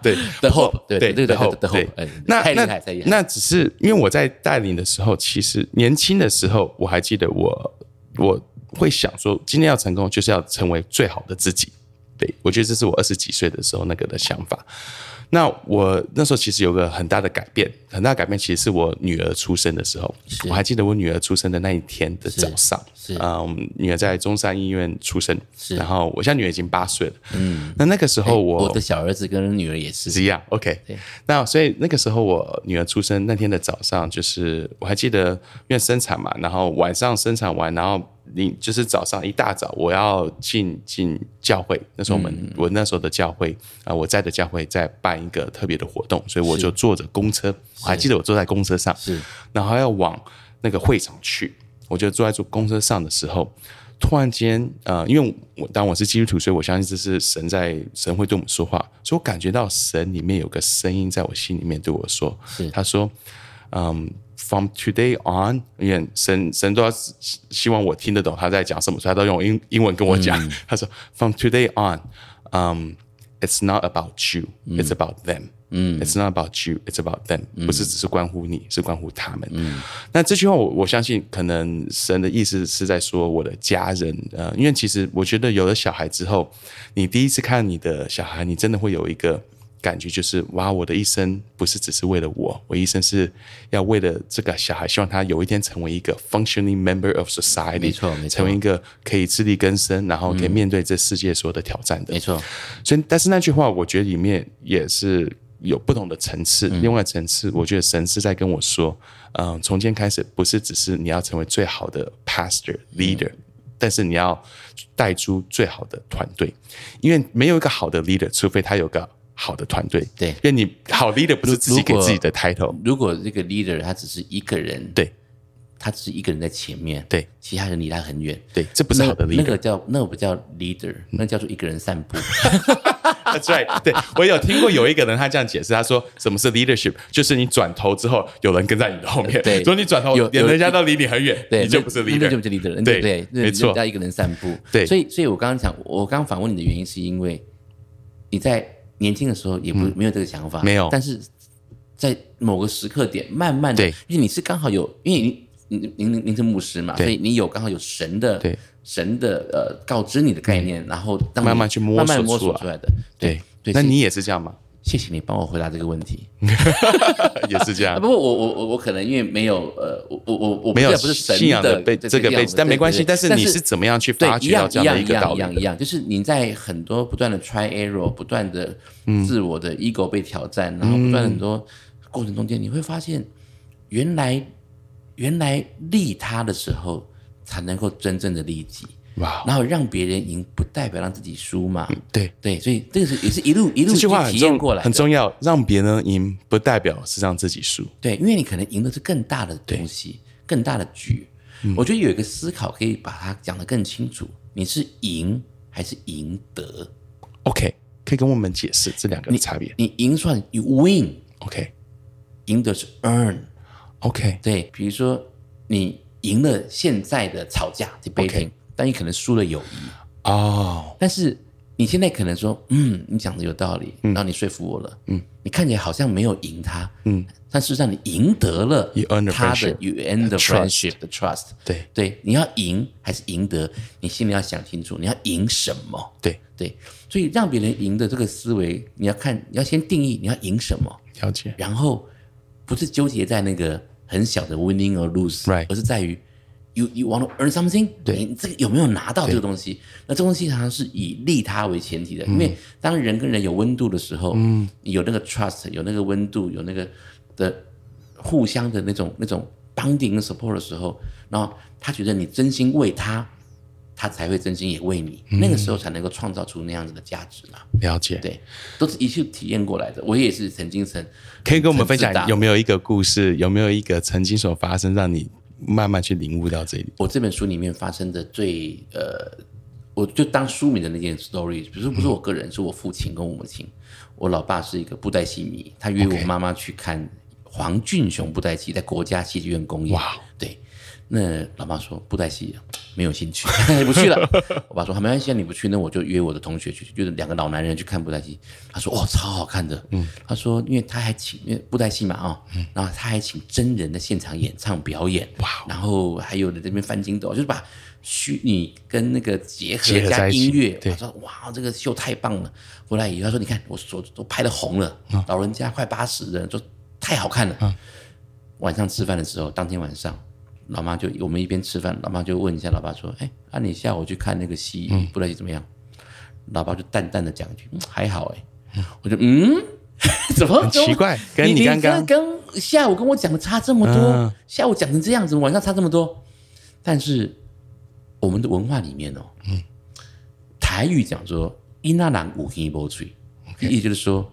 Speaker 1: 对
Speaker 2: The Hope，对
Speaker 1: 对
Speaker 2: 对对
Speaker 1: The Hope，
Speaker 2: The Hope，
Speaker 1: 对
Speaker 2: 哎
Speaker 1: 那
Speaker 2: 太厉害
Speaker 1: 那
Speaker 2: 太厉害
Speaker 1: 那只是因为我在带领的时候，其实年轻的时候，我还记得我我会想说，今天要成功就是要成为最好的自己。对，我觉得这是我二十几岁的时候那个的想法。那我那时候其实有个很大的改变，很大的改变其实是我女儿出生的时候，我还记得我女儿出生的那一天的早上，
Speaker 2: 是
Speaker 1: 啊、我们女儿在中山医院出生，
Speaker 2: 是哎
Speaker 1: 然后我现在女儿已经八岁了，嗯，那那个时候我
Speaker 2: 我的小儿子跟女儿也是，
Speaker 1: 是一样，OK。那所以那个时候我女儿出生那天的早上，就是我还记得，因为生产嘛，然后晚上生产完，然后你就是早上一大早我要进进教会，那时候我们、我那时候的教会啊、我在的教会在办一个特别的活动，所以我就坐着公车，我还记得我坐在公车上，
Speaker 2: 是
Speaker 1: 然后要往那个会场去，我就坐在坐公车上的时候，突然间，呃，因为我当我是基督徒，所以我相信这是神在神会对我们说话，所以我感觉到神里面有个声音在我心里面对我说
Speaker 2: 是，
Speaker 1: 他说，嗯。From today on，因为神神都要希希望我听得懂他在讲什么，所以他都用英英文跟我讲。 他说，From today on，嗯、i t s not about you，it's about them。嗯，It's not about you, it's about them，、不是只是关乎你，是关乎他们。嗯，那这句话我我相信，可能神的意思是在说我的家人，呃，因为其实我觉得有了小孩之后，你第一次看你的小孩，你真的会有一个感觉，就是哇，我的一生不是只是为了我，我一生是要为了这个小孩，希望他有一天成为一个 functioning member of society，
Speaker 2: 没错没错嗯
Speaker 1: 成为一个可以自力更生，然后可以面对这世界所有的挑战的。
Speaker 2: 没错，
Speaker 1: 所以，但是那句话，我觉得里面也是有不同的层次。
Speaker 2: 嗯
Speaker 1: 另外层次，我觉得神是在跟我说，嗯、从今天开始，不是只是你要成为最好的
Speaker 2: 嗯
Speaker 1: pastor leader，、但是你要带出最好的团队，因为没有一个好的 leader，除非他有个好的团队。
Speaker 2: 对
Speaker 1: 因为你好 leader 不是自己给
Speaker 2: 如果
Speaker 1: 自己的 title，
Speaker 2: 如果这个 leader 他只是一个人，
Speaker 1: 对，
Speaker 2: 他只是一个人在前面，
Speaker 1: 对，
Speaker 2: 其他人离他很远，
Speaker 1: 对，这不是好的
Speaker 2: 那那
Speaker 1: leader。
Speaker 2: 个叫那个不叫 leader，那叫做一个人散 步。
Speaker 1: That's right，对我有听过有一个人他这样解释，他说什么是 leadership，就是你转头之后有人跟在你的后面，
Speaker 2: 对
Speaker 1: 如果你转头
Speaker 2: 有有
Speaker 1: 人家都离你很远，
Speaker 2: 对，
Speaker 1: 你就不是
Speaker 2: 那那
Speaker 1: leader，
Speaker 2: 就不是 leader，
Speaker 1: 对
Speaker 2: 对，那
Speaker 1: 没错
Speaker 2: 那叫一个人散步。
Speaker 1: 对
Speaker 2: 所以，所以我刚刚讲，我刚刚反问你的原因，是因为你在年轻的时候也不没有这个想法，
Speaker 1: 嗯没有
Speaker 2: 但是在某个时刻点，慢慢的
Speaker 1: 对，
Speaker 2: 因为你是刚好有，因为你您您您您是牧师嘛，
Speaker 1: 对
Speaker 2: 所以你有刚好有神的
Speaker 1: 对嗯
Speaker 2: 神的呃告知你的概念，然后让你
Speaker 1: 慢慢去摸索
Speaker 2: 慢慢摸
Speaker 1: 出
Speaker 2: 索
Speaker 1: 来
Speaker 2: 出来的。
Speaker 1: 对
Speaker 2: 对，
Speaker 1: 那
Speaker 2: 谢
Speaker 1: 你也是这样 吗？
Speaker 2: 谢谢你帮我回答这个问题。
Speaker 1: 也是这
Speaker 2: 啊，
Speaker 1: 样，
Speaker 2: 不过我我我我可能因为没有呃，我我我我
Speaker 1: 没有
Speaker 2: 不是不是神
Speaker 1: 信仰的被
Speaker 2: 对
Speaker 1: 这个
Speaker 2: 样
Speaker 1: 被
Speaker 2: 子，
Speaker 1: 但没关系。
Speaker 2: 对对
Speaker 1: 但
Speaker 2: 对
Speaker 1: 是你是怎么样去发
Speaker 2: 对
Speaker 1: 掘到这样的一个道
Speaker 2: 一样一样一
Speaker 1: 理
Speaker 2: 样一
Speaker 1: 的？
Speaker 2: 样，就是你在很多不断的 try error，不断的自我的 ego 被挑战，然后不断地很多过程中间，你会发现，原来原来利他的时候才能够真正的利己，
Speaker 1: 哇，
Speaker 2: 然后让别人赢，不代表让自己输嘛。
Speaker 1: 嗯对，
Speaker 2: 对，所以这个是也是一路一路
Speaker 1: 这句话
Speaker 2: 去
Speaker 1: 很
Speaker 2: 体验
Speaker 1: 重
Speaker 2: 过来的
Speaker 1: 很。重要，让别人赢不代表是让自己输。
Speaker 2: 对，因为你可能赢的是更大的东西，更大的局。
Speaker 1: 嗯
Speaker 2: 我觉得有一个思考可以把它讲得更清楚：你是赢还是赢得？
Speaker 1: OK，可以跟我们解释这两个差别
Speaker 2: 你赢算 you win，
Speaker 1: ？OK，OK，
Speaker 2: 赢的是 earn。对，比如说你赢了现在的吵架 debating，但你可能输了友谊。
Speaker 1: 哦，
Speaker 2: 但是你现在可能说，嗯，你讲的有道理，然后你说服我了，嗯，你看起来好像没有赢他，嗯，但事实上你赢得了
Speaker 1: You earn the
Speaker 2: 他的
Speaker 1: friendship,
Speaker 2: you earn the
Speaker 1: trust.
Speaker 2: friendship, the trust，
Speaker 1: 对
Speaker 2: 对，你要赢还是赢得，你心里要想清楚，你要赢什么？
Speaker 1: 对，
Speaker 2: 对，所以让别人赢的这个思维，你要看，你要先定义你要赢什么，
Speaker 1: 了解。
Speaker 2: 然后不是纠结在那个很小的 winning or lose，、
Speaker 1: Right
Speaker 2: 而是在于 you you want to earn something，
Speaker 1: 对
Speaker 2: 你这个有没有拿到这个东西？那这东西常常是以利他为前
Speaker 1: 嗯
Speaker 2: 提的，因为当人跟人有温度的时候，嗯，有那个 trust，有那个温度，有那个的互相的那种那种 bonding support 的时候，然后他觉得你真心为他。他才会真心也为你，
Speaker 1: 嗯
Speaker 2: 那个时候才能够创造出那样子的价值嘛。
Speaker 1: 了解，
Speaker 2: 对，都是一去体验过来的。我也是曾经曾
Speaker 1: 可以跟我们分
Speaker 2: 很自大
Speaker 1: 享有没有一个故事，有没有一个曾经所发生，让你慢慢去领悟到这里？
Speaker 2: 我这本书里面发生的最呃，我就当书名的那件 story，比如说不是我个人，是我父亲跟我母亲。我老爸是一个布袋戏迷，他约我
Speaker 1: OK
Speaker 2: 妈妈去看黄俊雄布袋戏，在国家戏剧院公演。
Speaker 1: 哇，
Speaker 2: 对，那老爸说布袋戏啊没有兴趣， 不去了。我爸说好没关系，啊，你不去，那我就约我的同学去，就是两个老男人去看布袋戏。他说哦，超好看的。嗯，他说因为他还请，因为布袋戏嘛啊、然后他还请真人的现场演唱表演，哇，然后还有的这边翻筋斗，就是把虚拟跟那个结合
Speaker 1: 结合
Speaker 2: 加
Speaker 1: 在一起
Speaker 2: 音乐。
Speaker 1: 对
Speaker 2: 我说哇，这个秀太棒了。回来以后他说你看我所都拍的红了，
Speaker 1: 嗯
Speaker 2: 老人家快八十了，说太好看了。晚上吃饭的时候，当天晚上，老妈就我们一边吃饭，老妈就问一下老爸说：“哎，啊你下午去看那个戏，布袋戏怎么样？”老爸就淡淡的讲一句：“嗯还好哎、我就嗯， 怎么
Speaker 1: 很奇？怪，
Speaker 2: 跟
Speaker 1: 跟
Speaker 2: 你
Speaker 1: 刚刚
Speaker 2: 跟下午跟我讲的差这么多，
Speaker 1: 嗯
Speaker 2: 下午讲成这样子，晚上差这么多。但是我们的文化里面哦，嗯，台语讲说“伊那郎五黑波吹”，也就是说，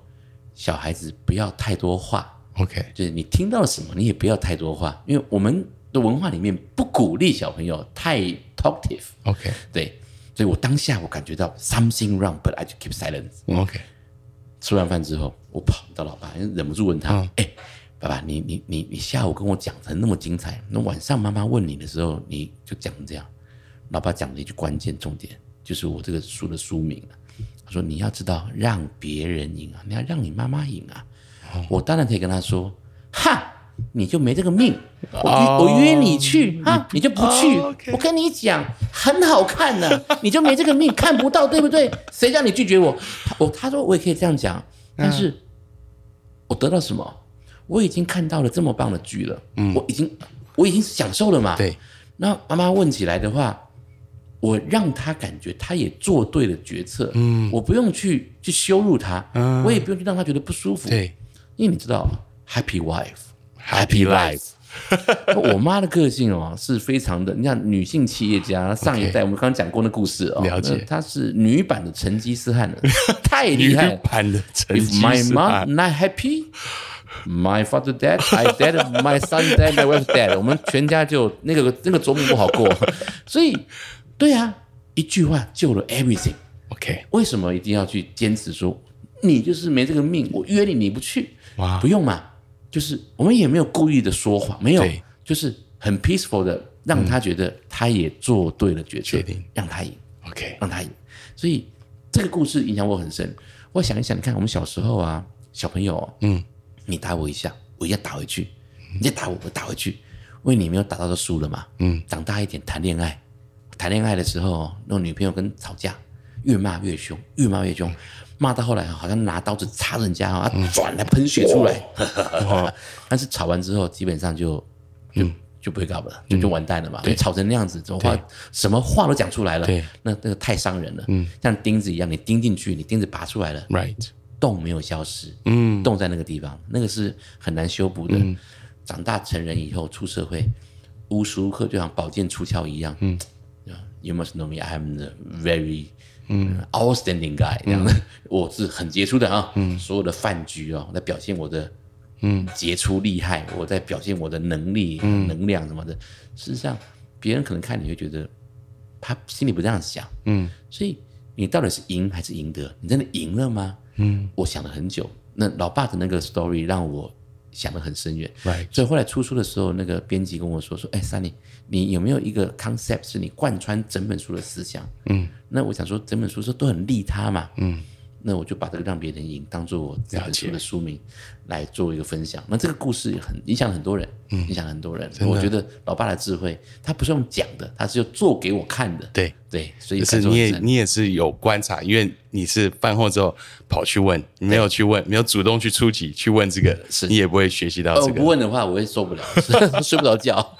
Speaker 2: 小孩子不要太多话，
Speaker 1: OK，
Speaker 2: 就是你听到了什么，你也不要太多话，因为我们的文化里面不鼓励小朋友太 talkative。
Speaker 1: OK
Speaker 2: 对，所以我当下我感觉到 something wrong，but I just keep silence。
Speaker 1: OK，
Speaker 2: 吃完饭之后，我跑到老爸，忍不住问他：“哎、爸爸，你你你你下午跟我讲成那么精彩，那晚上妈妈问你的时候，你就讲成这样。”老爸讲了一句关键重点，就是我这个书的书名啊他说：“你要知道让别人赢啊，你要让你妈妈赢啊。我当然可以跟他说：“哈，你就没这个命，我约、
Speaker 1: 哦
Speaker 2: 我约你去哈，你就不去。
Speaker 1: 哦，OK
Speaker 2: 我跟你讲，很好看呢、你就没这个命，看不到，对不对？谁叫你拒绝我？他我他说我也可以这样讲，但是、我得到什么？我已经看到了这么棒的剧了，我已经我已经享受了嘛。
Speaker 1: 对，
Speaker 2: 那妈妈问起来的话，我让她感觉她也做对了决策，嗯，我不用去去羞辱她，嗯，我也不用去让她觉得不舒服，，
Speaker 1: 对
Speaker 2: 因为你知道，Happy Wife。
Speaker 1: ，Happy Life，
Speaker 2: 我妈的个性哦，是非常的。你看，女性企业家上一代，我们刚刚讲过那故事哦，
Speaker 1: 了解
Speaker 2: 那她是女版的成吉 思汗了，太厉害了。
Speaker 1: 版的成
Speaker 2: If
Speaker 1: 吉
Speaker 2: my
Speaker 1: 思汗
Speaker 2: mom not happy, my father dead, I dead, my son dead, my wife dead。我们全家就那个那个周末不好过， 所以对啊，一句话救了 everything。
Speaker 1: OK，
Speaker 2: 为什么一定要去坚持说你就是没这个命？我约你你不去，
Speaker 1: 哇
Speaker 2: 不用嘛，就是我们也没有故意的说谎，没有
Speaker 1: 对，
Speaker 2: 就是很 peaceful 的让他觉得他也做对了决策，
Speaker 1: 决定
Speaker 2: 让他赢。
Speaker 1: OK，
Speaker 2: 让他赢。所以这个故事影响我很深。我想一想，你看我们小时候啊，小朋友、嗯，你打我一下，我一下打回去，你再打我，我打回去，因为你没有打到就输了嘛。嗯，长大一点谈恋爱，谈恋爱的时候，那种女朋友跟吵架，越骂越凶，越骂越凶。骂到后来，好像拿刀子插人家啊，转来喷血出来。 但是吵完之后，基本上就就、就不会搞了，就就完蛋了嘛。因为吵成那样子，怎么话什么话都讲出来了，
Speaker 1: 对，
Speaker 2: 那那个太伤人了。嗯，像钉子一样，你钉进去，你钉子拔出来了，
Speaker 1: Right，
Speaker 2: 洞没有消失，嗯，洞在那个地方，那个是很难修补的。长大成人以后出社会，无时无刻就像宝剑出鞘一样，嗯，You must know me, I am the very 嗯 outstanding guy，这样的， 我是很杰出的啊，嗯，所有的饭局哦，我在表现我的。嗯，杰出厉害，我在表现我的能力、能量什么的。事实上，别人可能看你会觉得他心里不这样想，嗯，所以你到底是赢还是赢得？你真的赢了吗？嗯，我想了很久。那老爸的那个 story 让我想得很深远
Speaker 1: Right
Speaker 2: 所以后来出书的时候，那个编辑跟我说说，哎，Sunny，你有没有一个 concept 是你贯穿整本书的思想？嗯，那我想说，整本书说都很利他嘛，嗯。那我就把这个让别人赢当做我这本书的书名来做一个分享。那这个故事也很影响很多人，
Speaker 1: 嗯
Speaker 2: 影响很多人。我觉得老爸的智慧，他不是用讲的，他是用做给我看的。
Speaker 1: 对，
Speaker 2: 对，所以
Speaker 1: 就是
Speaker 2: 感受
Speaker 1: 你也
Speaker 2: 很深
Speaker 1: 你也是有观察，因为你是饭后之后跑去问，你没有去问，没有主动去出击去问这个，
Speaker 2: 是
Speaker 1: 你也不会学习到
Speaker 2: 哦，
Speaker 1: 这
Speaker 2: 不
Speaker 1: 个。
Speaker 2: 问的话我会受不了， 睡不着觉。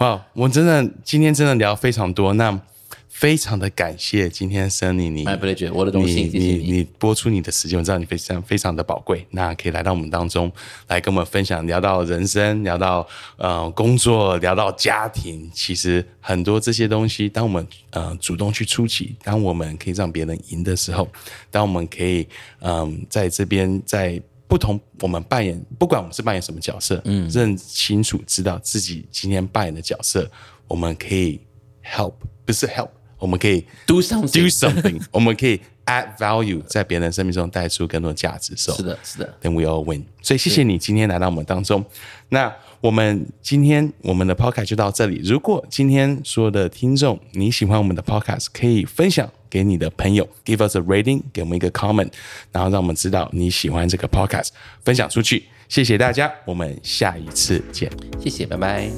Speaker 1: 哇，我真的今天真的聊非常多，那非常的感谢今天森尼你
Speaker 2: My pleasure，我的荣
Speaker 1: 你
Speaker 2: 幸，谢谢
Speaker 1: 你
Speaker 2: 你。
Speaker 1: 你播出你的时间，我知道你非常非常的宝贵，那可以来到我们当中来跟我们分享，聊到人生，聊到呃工作，聊到家庭，其实很多这些东西，当我们呃主动去出击，当我们可以让别人赢的时候，当我们可以嗯、在这边在。不同，我们扮演，不管我们是扮演什么角色，嗯，认清楚知道自己今天扮演的角色，我们可以 help，不是 help，我们可以
Speaker 2: Do
Speaker 1: do
Speaker 2: something，
Speaker 1: something，我们可以 add value，在别人的生命中带出更多价值。So
Speaker 2: 是的，是的，
Speaker 1: then we all win。所以谢谢你今天来到我们当中。那我们今天我们的 podcast 就到这里。如果今天所有的听众你喜欢我们的 podcast，可以分享给你的朋友，give us a rating，给我们一个 comment，然后让我们知道你喜欢这个 podcast，分享出去。谢谢大家，我们下一次见。
Speaker 2: 谢谢，拜拜。